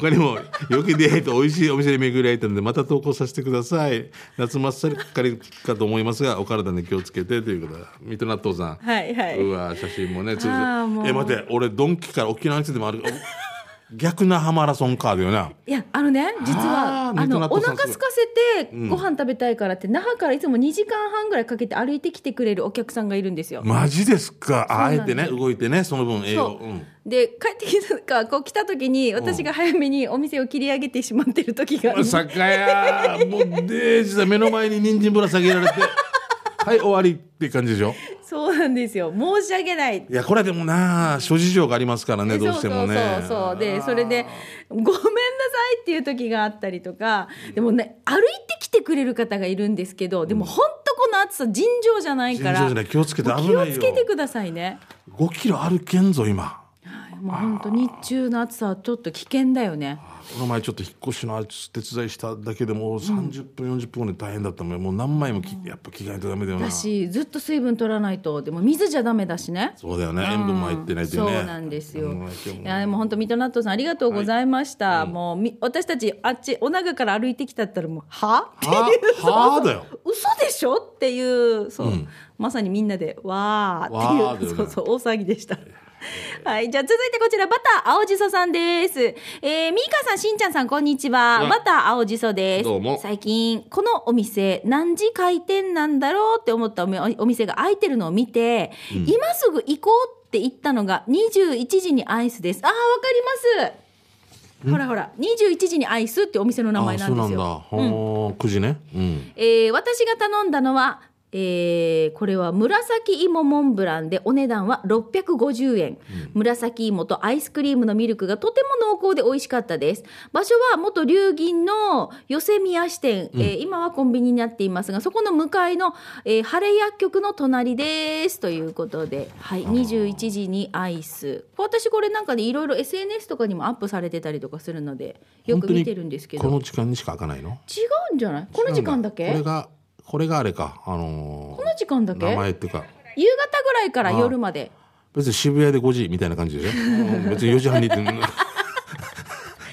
S2: 他にも良き出会いと美味しいお店で巡り合えたのでまた投稿させてください夏真っ盛りかと思いますがお体に気をつけてということで水戸納豆さん
S1: はいはいう
S2: わ写真もね通じて
S1: あーもう
S2: え待って俺ドンキから沖縄についてもある逆なハマラソンカーだよな、
S1: いやあのね実は
S2: あ
S1: あ
S2: ーミート
S1: の
S2: ナッ
S1: お
S2: トさん
S1: 腹空かせてご飯食べたいからって、那覇からいつも2時間半ぐらいかけて歩いてきてくれるお客さんがいるんですよ。
S2: マジですかああ
S1: そう
S2: え
S1: なんで
S2: て
S1: す
S2: ね動いてねその分栄
S1: そ
S2: 養
S1: う、
S2: うん
S1: で帰ってきたかこう来た時に私が早めにお店を切り上げてしまってる時があるんです
S2: 酒屋もうデージだ目の前に人参ぶら下げられてはい終わりって感じでしょ
S1: そうなんですよ申し訳ない
S2: いやこれでもな諸事情がありますからねどうしても
S1: そ
S2: ね
S1: うそうそうそうでそれで「ごめんなさい」っていう時があったりとかでもね歩いてきてくれる方がいるんですけどでも本当この暑さ尋常じゃないから
S2: 尋常じゃない気をつけて
S1: もう
S2: 危ないよ
S1: 気をつけてくださいね
S2: 5キロ歩けんぞ今
S1: はいもう本当日中の暑さはちょっと危険だよね
S2: この前ちょっと引っ越しの手伝いしただけでもう30分、40分ぐらい大変だったもんもう何枚もきやっぱ着替えないとダメだよな
S1: だしずっと水分取らないとでも水じゃダメだしね
S2: そうだよね塩分も入ってないとね、
S1: そうなんですよ。
S2: うん今日も
S1: いやでも本当ミトナットさんありがとうございました。もうみ私たちあっちお長から歩いてきたったらもうはって
S2: は
S1: いう
S2: はだよ。
S1: 嘘でしょっていうそう、まさにみんなでわ
S2: わ
S1: ー
S2: ー
S1: っ
S2: だ
S1: てい
S2: よ
S1: う、
S2: ね
S1: そうそう大騒ぎでした。はいじゃあ続いてこちらバター青じそさんです。えー、ミーカさんしんちゃんさんこんにちは。
S2: うん
S1: バター青じそです。
S2: どうも
S1: 最近このお店何時開店なんだろうって思ったおみお店が開いてるのを見て、今すぐ行こうって。って行ったのが21時にアイスですああわかりますほらほら21時にアイスってお店の名前なんですよ
S2: あそうなんだ。はあ、九時ね。うん。
S1: えー私が頼んだのは、えーこれは紫芋モンブランでお値段は650円、紫芋とアイスクリームのミルクがとても濃厚で美味しかったです場所は元龍銀の寄せ宮支店、えー今はコンビニになっていますがそこの向かいの、えー晴れ薬局の隣ですということで、はい、21時にアイス私これなんかでいろいろ SNS とかにもアップされてたりとかするのでよく見てるんですけ
S2: 本当
S1: ど
S2: にこの時間にしか開かないの。
S1: 違うんじゃないこの時間だけ
S2: これがこれがあれかあのー
S1: この時間だけ
S2: 名前っていうか
S1: 夕方ぐらいから夜まで
S2: 別に渋谷で5時みたいな感じでしょ うん別に4時半に行って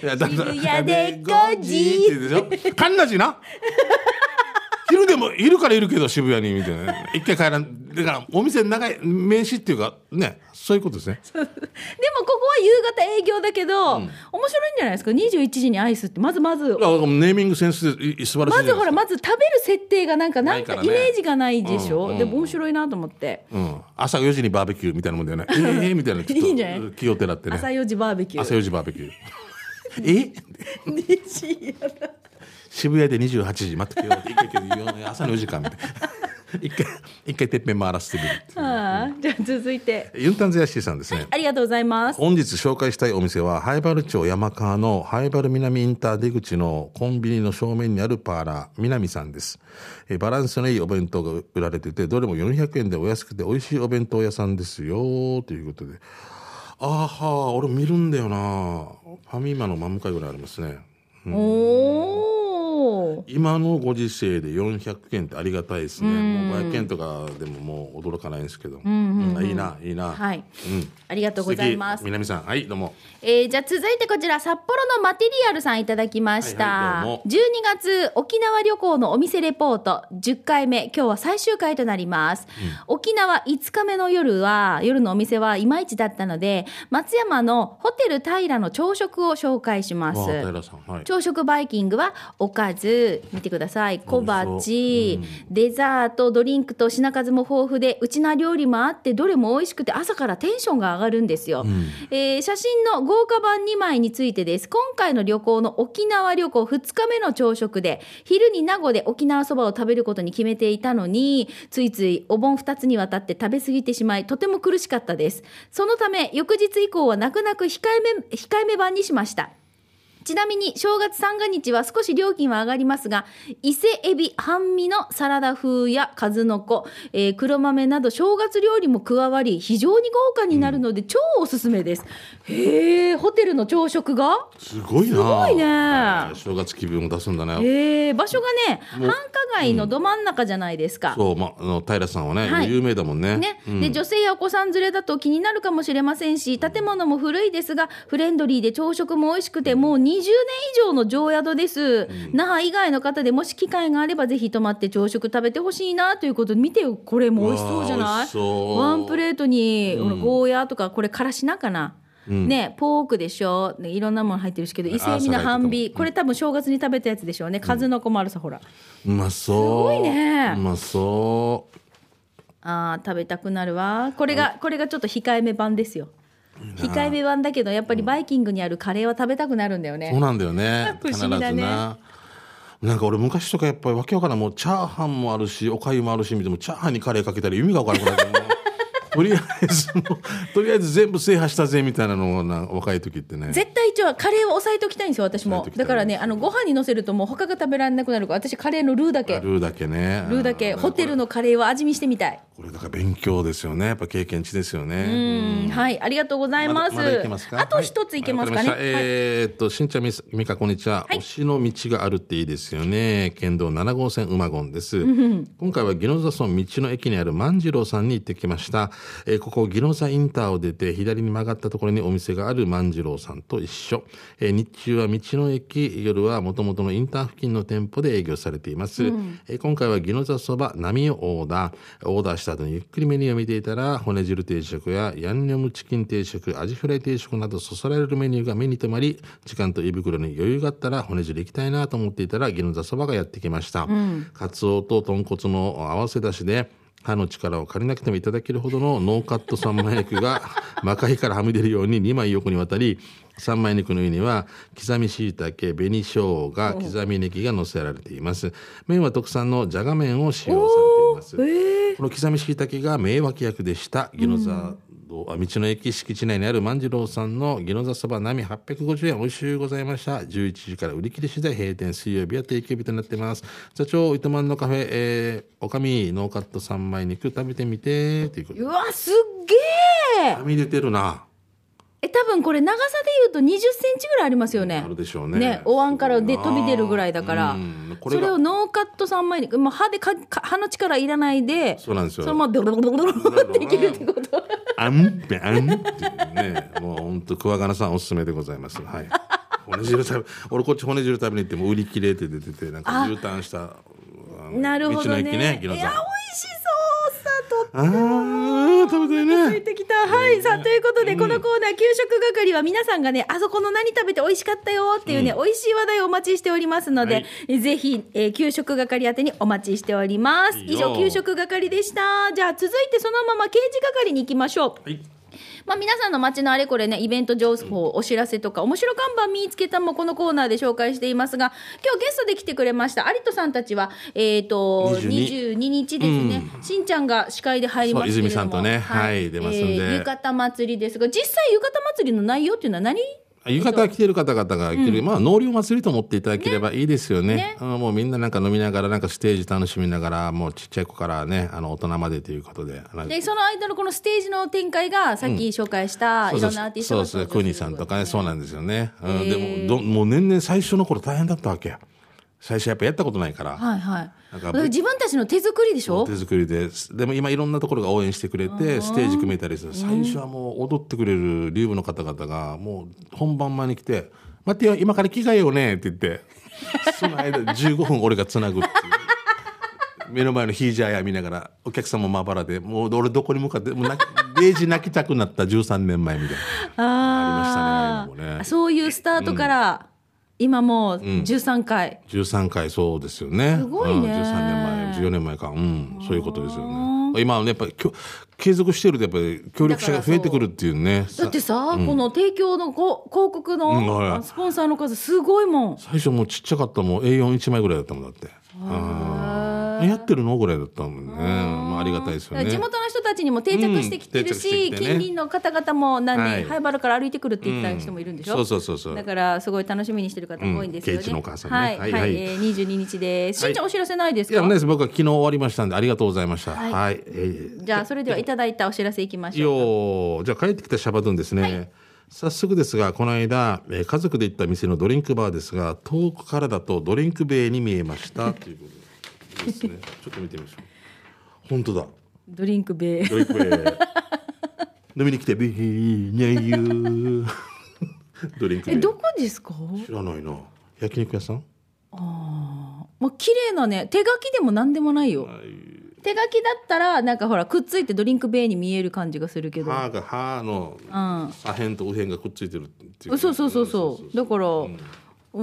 S2: いやだから
S1: 渋谷で5時
S2: って言うでしょかんなじな 昼でもいるからいるけど渋谷にみたいな一回帰らんだからお店の長い名刺っていうかねそういうことですね
S1: でもここは夕方営業だけど、面白いんじゃないですか21時にアイスってまずまず
S2: あネーミングセンスでい素晴らしい
S1: まずほ
S2: じゃないで
S1: ら
S2: すか
S1: まず食べる設定がなんかなんか
S2: な
S1: イ
S2: いからね
S1: メージがないでしょ、
S2: うんうん
S1: でも面白いなと思って、
S2: うん、朝4時にバーベキューみたいなもんだ よねえーみたいなちょっと
S1: いいんじゃない
S2: 気をてらってね
S1: 朝4時バーベキュ
S2: 朝
S1: ー
S2: 4時バーベキ ューえ
S1: 20やだ
S2: 渋谷で28時待ってくれよって一回言うけど夜朝の4時間みたいな 一回一回てっぺん回らせてみるっていう
S1: ああじゃあ続いて
S2: ユンタンゼヤシーさんですね
S1: ありがとうございます
S2: 本日紹介したいお店は灰原町山川の灰原南インター出口のコンビニの正面にあるパーラー南さんですえーバランスのいいお弁当が売られててどれも400円でお安くて美味しいお弁当屋さんですよということであーはー俺見るんだよなファミマの真向かいぐらいありますね
S1: おおー
S2: 今のご時世で400円ってありがたいですね、もう500円とかでももう驚かないんですけど、うんいいないいな
S1: はい、
S2: うん
S1: ありがとうございます
S2: 素敵南さんはいどうも
S1: えーじゃあ続いてこちら札幌のマテリアルさんいただきました、
S2: はいはいどうも
S1: 12月沖縄旅行のお店レポート10回目今日は最終回となります、沖縄5日目の夜は夜のお店はいまいちだったので松山のホテル平の朝食を紹介します
S2: わあ平さんはい
S1: 朝食バイキングはおかず見てください小
S2: 美
S1: 鉢、
S2: 味し
S1: デザートドリンクと品数も豊富でうちな料理もあってどれも美味しくて朝からテンションが上がるんですよ、えー写真の豪華版2枚についてです今回の旅行の沖縄旅行2日目の朝食で昼に名護で沖縄そばを食べることに決めていたのについついお盆2つにわたって食べ過ぎてしまいとても苦しかったですそのため翌日以降は泣く泣く控えめ控えめ版にしましたちなみに正月三が日は少し料金は上がりますが伊勢エビ半身のサラダ風や数の子、えー黒豆など正月料理も加わり非常に豪華になるので超おすすめです、へえホテルの朝食が
S2: すごい
S1: す
S2: な
S1: ごいね
S2: はい正月気分を出すんだね
S1: へえ場所がね繁華街のど真ん中じゃないですか、
S2: そうまあの平さんはね、
S1: はい
S2: 有名だもんね
S1: ね
S2: うん
S1: で女性やお子さん連れだと気になるかもしれませんし建物も古いですがフレンドリーで朝食も美味しくてもう20年以上の常宿です、那覇以外の方でもし機会があればぜひ泊まって朝食食べてほしいなということで見てよこれも美味しそうじゃ
S2: うわー美
S1: ない
S2: 味しそう
S1: ワンプレートに、このゴーヤーとかこれからしなかな、ねポークでしょ、ね、いろんなもの入ってるしけど伊勢海老の半
S2: あー
S1: 身これ多分正月に食べたやつでしょうね数の子もあるさほら。
S2: うまそう
S1: すごいね
S2: うまそう
S1: あー食べたくなるわこれがこれがちょっと控えめ版ですよ控えめ版だけどやっぱりバイキングにあるカレーは食べたくなるんだよ
S2: そう
S1: ね
S2: なんだよね
S1: 不
S2: 必ず
S1: 思議だね
S2: ななんか俺昔とかやっぱりわけわからんもうチャーハンもあるしおかゆもあるしみたいなもうチャーハンにカレーかけたら意味がわからなく なるとりあえずもうとりあえず全部制覇したぜみたいなのをな若い時ってね
S1: 絶対一応カレーを抑えておきたいんですよ私も
S2: 抑えておきたい
S1: だからねあのご飯にのせるともう他が食べられなくなるから私カレーのルーだけル
S2: ルーだけね
S1: ーだけ
S2: うん
S1: ホテルのカレーは味見してみたい
S2: これだから勉強ですよねやっぱ経験値ですよね
S1: うんはいありがとうございます,、
S2: だだいけますか
S1: あと一ついけますかね、
S2: はいわりましたえーっと、しんちゃんみすみかこんにちは、
S1: はい
S2: 推しの道があるっていいですよね。県道7号線馬込です。今回は宜野座村道の駅にある万次郎さんに行ってきました。えーここ宜野座インターを出て左に曲がったところにお店がある万次郎さんと一緒。えー日中は道の駅、夜はもともとのインター付近の店舗で営業されています。えー今回は宜野座そば波をオーダー。オーダーした後にゆっくりメニューを見ていたら、骨汁定食やヤンニョムチキン定食、アジフライ定食などそそられるメニューが目に留まり、時間と胃袋に余裕があったら骨汁行きたいなと思っていたら、ギの座そばがやってきました。カツオと豚骨の合わせだしで、歯の力を借りなくてもいただけるほどのノーカット三枚肉が魔界からはみ出るように2枚横にわたり三枚肉の上には刻み椎茸紅生姜刻みネギが乗せられています麺は特産のじゃが麺を使用されています、この刻み椎茸が名脇役でしたギノザ道、あ道の駅敷地内にある万次郎さんのギノザそば並850円美味しゅうございました11時から売り切り次第閉店水曜日は定休日となってます座長糸満のカフェ、えー、おかみノーカット3枚肉食べてみてということで
S1: うわすっげえ
S2: はみ出てるな
S1: え多分これ長さで言うと20センチぐらいありますよね
S2: あるでしょうね
S1: お椀からで飛び出るぐらいだから
S2: うんこれ
S1: そ
S2: が
S1: れをノーカット3枚にもう歯でかか歯の力いらないで
S2: そうなんですよ
S1: のままドロドロドロドロっていけるってこと
S2: あんってあんっていうねもう本当桑原さんおすすめでございますはい骨汁食べ俺こっち骨汁食べに行っても売り切れて出ててなんか渋滞したあの
S1: なるほ
S2: 道
S1: ど
S2: の
S1: ね
S2: 駅ねギノ
S1: いや美味
S2: ザ
S1: しそうさと
S2: あー食べたい
S1: つい
S2: ね
S1: てきた。はい。さあ、ということで、このコーナー、給食係は皆さんがね、あそこの何食べて美味しかったよっていうね、美味しい話題をお待ちしておりますので、ぜひ、えー給食係宛てにお待ちしております。
S2: いい
S1: 以
S2: よ
S1: 上、給食係でした。じゃあ、続いてそのまま刑事係に行きましょう。
S2: はい
S1: まあ、皆さんの街のあれこれねイベント情報お知らせとか面白看板見つけたもこのコーナーで紹介していますが今日ゲストで来てくれました有戸さんたちは、えー、と22
S2: 22
S1: 日ですね、しんちゃんが司会で入りますけれども
S2: そう泉さんとねはい出ますんで
S1: 浴衣祭りですが実際浴衣祭りの内容っていうのは何
S2: 浴衣着てる方々が着てる、まあ納涼祭りと思っていただければいいですよね
S1: ね
S2: あのもうみんななんか飲みながらなんかステージ楽しみながらもうちっちゃい子からねあの大人までということであの
S1: でその間のこのステージの展開がさっき紹介した
S2: そう
S1: い
S2: そ
S1: ろ
S2: うん
S1: なアーティスト
S2: そう
S1: が
S2: ですね
S1: 登場する
S2: クーニーさんとかねそうなんですよね、うん
S1: へー
S2: でもどもう年々最初の頃大変だったわけ最初やっぱやったことないから、
S1: はいはいだ
S2: なんか
S1: から自分たちの手作りでしょ
S2: 手作りですでも今いろんなところが応援してくれてステージ組めたりする最初はもう踊ってくれるリューブの方々がもう本番前に来て「待ってよ今から着替えようね」って言って その間15分俺がつなぐっていう。目の前のヒージャーや見ながらお客さんもまばらでもう俺どこに向かってもう泣き 0時泣きたくなった13年前みたい
S1: あ
S2: ありましたね今もね
S1: そういうスタートから、今もう13回、
S2: な13回そうですよね
S1: すごいね
S2: うん、13年前14年前かうんそういうことですよね今はねやっぱりきょ継続してるとやっぱり協力者が増えてくるっていうね
S1: だってさ、この提供のこ広告の、
S2: うんはい
S1: あスポンサーの数すごいもん
S2: 最初もうちっちゃかったもん A41 枚ぐらいだったもんだってうんやってるのぐらいだったもんねまあありがたいですよ
S1: だから
S2: ね
S1: 地元の人たちにも定着してきてるし、
S2: うん定着してきてね
S1: 近隣の方々もなんで、
S2: はい
S1: ハイバルから歩いてくるって言った人もいるんでしょ、
S2: そうそうそうそう
S1: だからすごい楽しみにしてる方も多いんですよね、
S2: うんケイチのお母さんね
S1: はいは、
S2: はいいはい
S1: えー22日ですしんちゃんお知らせないです
S2: い
S1: か、
S2: やね僕は昨日終わりましたんでありがとうございました
S1: はい
S2: はい、えー
S1: じゃあそれではいただいたお知らせいきましょう
S2: よーじゃあ帰ってきたシャバドゥンですね、早速ですがこの間、えー家族で行った店のドリンクバーですが遠くからだとドリンクベイに見えましたということですねちょっと見てみましょう本当だ
S1: ドリンクベー
S2: ドリンクベイ飲みに来てビーニャイユードリンクベ
S1: え
S2: イ
S1: どこですか
S2: 知らないな焼肉屋さん
S1: まあ綺麗なね手書きでも何でもないよ、手書きだったらなんかほらくっついてドリンクベイに見える感じがするけど
S2: 歯が歯の
S1: うん
S2: 左辺と右辺がくっついてるっていう
S1: そうそうそうそうだからう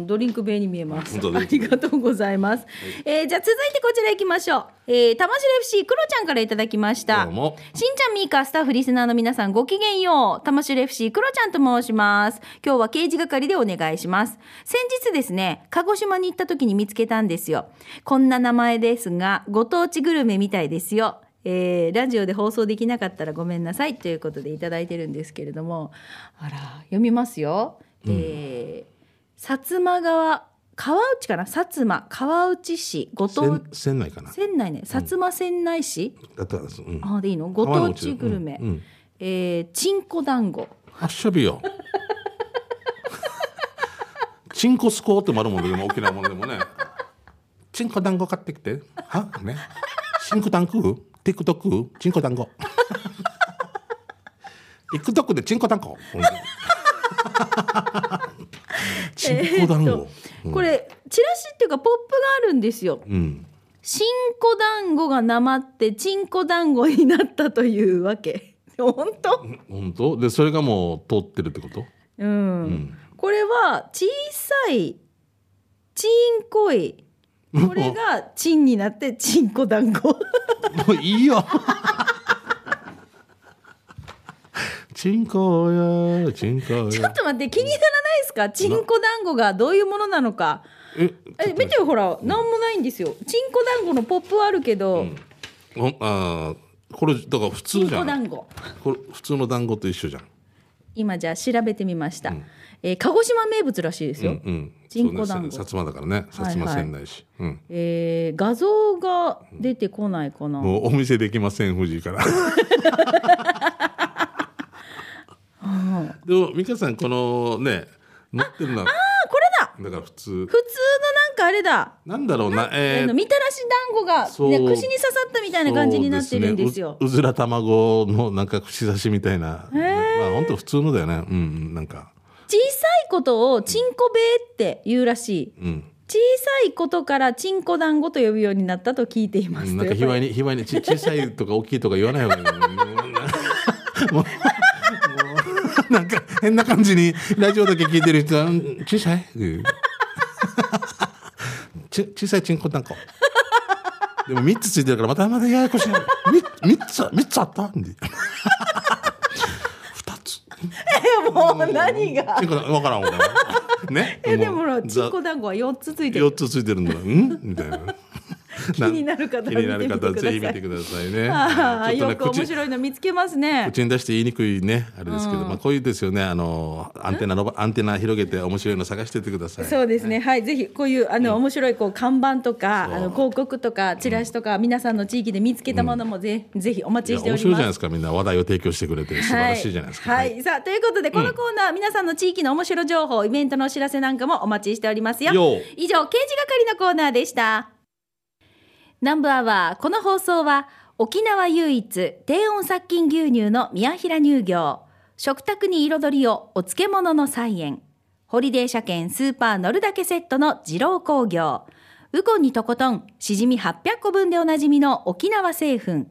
S1: ん、ドリンクベイに見えます
S2: 本当だ
S1: ありがとうございます、えーじゃあ続いてこちら行きましょう、えー、玉城 FC クロちゃんからいただきました
S2: どうも
S1: しんちゃんみーかスタッフリスナーの皆さんごきげんよう玉城 FC クロちゃんと申します今日は刑事係でお願いします先日ですね鹿児島に行った時に見つけたんですよこんな名前ですがご当地グルメみたいですよえーラジオで放送できなかったらごめんなさいということでいただいてるんですけれどもあら読みますよ、えー薩摩川川内かな薩摩川内市ご当
S2: 船船内かな
S1: 船内ね薩摩船内市、
S2: だったらうん
S1: あーでいいのご当地グルメ、
S2: うんうん
S1: えーちんこ団子
S2: あっしゃびよ。チンコスコーってもあるもんね、でも沖縄ものでもね。チンコ団子買ってきて。はね。チンコ団子ティックトックチンコ団子。ティックトックでチンコ団子。ほんとにチンコ団
S1: えーっ
S2: 子
S1: と。これチラシっていうかポップがあるんですよ
S2: うん。
S1: ちんこ団子がなまってちんこ団子になったというわけ 本当
S2: 本当で、それがもう通ってるってこと
S1: うん、これは小さいちんこいこれがチンになってチンコ団子
S2: もういいよ。チンコよ、チンコよ。
S1: ちょっと待って気にならないですかチンコ団子がどういうものなのか
S2: え、
S1: え見てよほら何もないんですよチンコ団子のポップはあるけど、
S2: おあーこれだから普
S1: チ
S2: 通
S1: ン
S2: じゃ
S1: コ
S2: ん。
S1: 団子
S2: これ普通の団子と一緒じゃん。
S1: 今じゃあ調べてみました、えー鹿児島名物らしいですよ、
S2: うんうん。
S1: チンコ団子
S2: そうね薩摩だからね。薩摩仙台市。うん。
S1: えー画像が出てこないかな、
S2: もうお見せできません藤井から。でも美香さんこのね乗ってるのは
S1: あこれだ
S2: だから普通
S1: 普通のなんかあれだ
S2: なんだろうな
S1: あ
S2: え
S1: の
S2: ー
S1: みたらし団子が、
S2: そう
S1: ね、串に刺さったみたいな感じになってるんですよ
S2: そうですねううずら卵のなんか串刺しみたいな。まあ本当普通のだよね。うんうんなんか
S1: 小さいことをチンコベーって言うらしい
S2: うん。
S1: 小さいことからチンコ団子と呼ぶようになったと聞いています、
S2: なんか卑猥に卑猥にち小さいとか大きいとか言わない方がいいよね。もうもうもうなんか変な感じにラジオだけ聞いてる人はうん 小さいっていうち小さいチンコなんかでも3つついてるからまたまたややこしい 3, つ3つあった んで2つ
S1: え もう何が
S2: チンコ分からん俺ね
S1: えでもほら
S2: う
S1: チンコ
S2: ざ
S1: 団子は4つついて
S2: 四
S1: る
S2: つついてるんだうんみたいな 気
S1: になる方は
S2: 気になる方
S1: 見てみてください
S2: ぜひ見てくださいね
S1: ああ
S2: ちょっ
S1: よく
S2: とね
S1: 面
S2: 口
S1: 白いの見つけますね
S2: 口に出して言いにくいねあれですけど、まあこういうですよねあのアンテナのアンテナ広げて面白いの探してってください
S1: そうですね、はい、ぜひこういうあの、面白いこう看板とか、あの広告とか、チラシとか、皆さんの地域で見つけたものもぜ、ぜひお
S2: い
S1: 待ち
S2: や
S1: してお
S2: 面白い
S1: り
S2: じ
S1: ま
S2: ゃない
S1: す
S2: で。すかみんな話題を提供してくれて素晴らしいじゃないですか、
S1: はい、はいさあということでこのコーナー、皆さんの地域の面白情報イベントのお知らせなんかもお待ちしておりますよ
S2: よう
S1: 以上刑事係のコーナーでした南部アワーこの放送は沖縄唯一低温殺菌牛乳の宮平乳業食卓に彩りをお漬物の菜園ホリデー車検スーパー乗るだけセットの二郎工業ウコンにとことんしじみ800個分でおなじみの沖縄製粉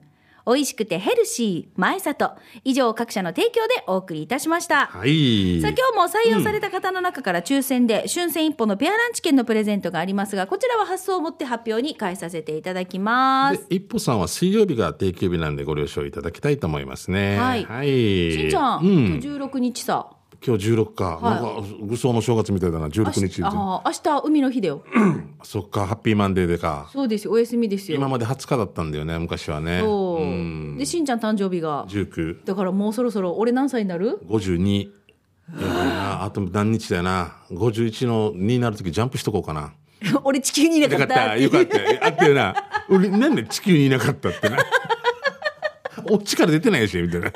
S1: 美味しくてヘルシー前里以上各社の提供でお送りいたしました、
S2: はい
S1: さあ今日も採用された方の中から抽選で、春戦一歩のペアランチ券のプレゼントがありますがこちらは発送をもって発表に変えさせていただきます
S2: で一歩さんは水曜日が定休日なんでご了承いただきたいと思いますね
S1: はいしんちゃん、
S2: うん、
S1: 今日16日さ
S2: 今日16日、
S1: は
S2: なんか愚僧の正月みたいだな
S1: あ
S2: 16
S1: し
S2: 日
S1: あー明日海の日だよ
S2: そっかハッピーマンデーでか
S1: そうですよお休みですよ
S2: 今まで20日だったんだよね昔はね
S1: そう、
S2: ん
S1: でしんちゃん誕生日が
S2: 1952
S1: だからもうそろそろ俺何歳にな る
S2: やばいなあと何日だよな51の2になる時ジャンプしとこうかな
S1: 俺地球にいな
S2: よ
S1: か
S2: か
S1: っ
S2: ったたよかったあったよな俺なんで地球にいなかったってなおっちから出てないしみたいな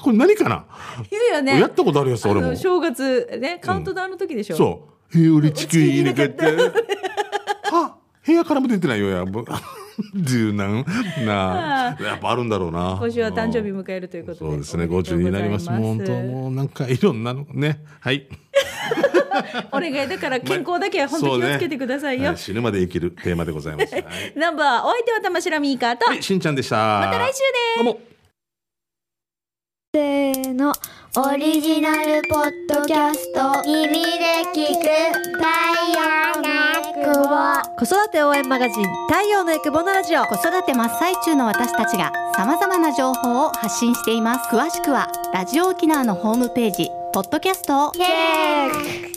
S2: これ何かな、
S1: 言うよね
S2: やったことあるやつ俺
S1: あ
S2: も
S1: の正月ねカウントダウンの時でしょ、
S2: そう。えー、俺地球にいなかった。あ、部屋からも出てないよや。もう柔軟なあ。やっぱあるんだろうな。
S1: 今週は誕生日迎えるということで
S2: そうですね。
S1: おめでと
S2: 50
S1: うご
S2: に
S1: ざ
S2: ないります。もう本当もうなんかいろんなのね。はい。
S1: お願いだから健康だけは本当
S2: そう
S1: に気
S2: ね
S1: をつけてくださいよ、
S2: は死ぬまで生きるテーマでございます。はい
S1: ナンバーお相手は玉城ミーカーと、
S2: はい、しんちゃんでした。ま
S1: また来週です
S2: どうも。
S5: せーのオリジナルポッドキャスト耳で聞く太陽のくを
S6: 子育て応援マガジン太陽のエクボのラジオ
S7: 子育て真っ最中の私たちが様々な情報を発信しています詳しくはラジオ沖縄のホームページポッドキャストを
S5: チェック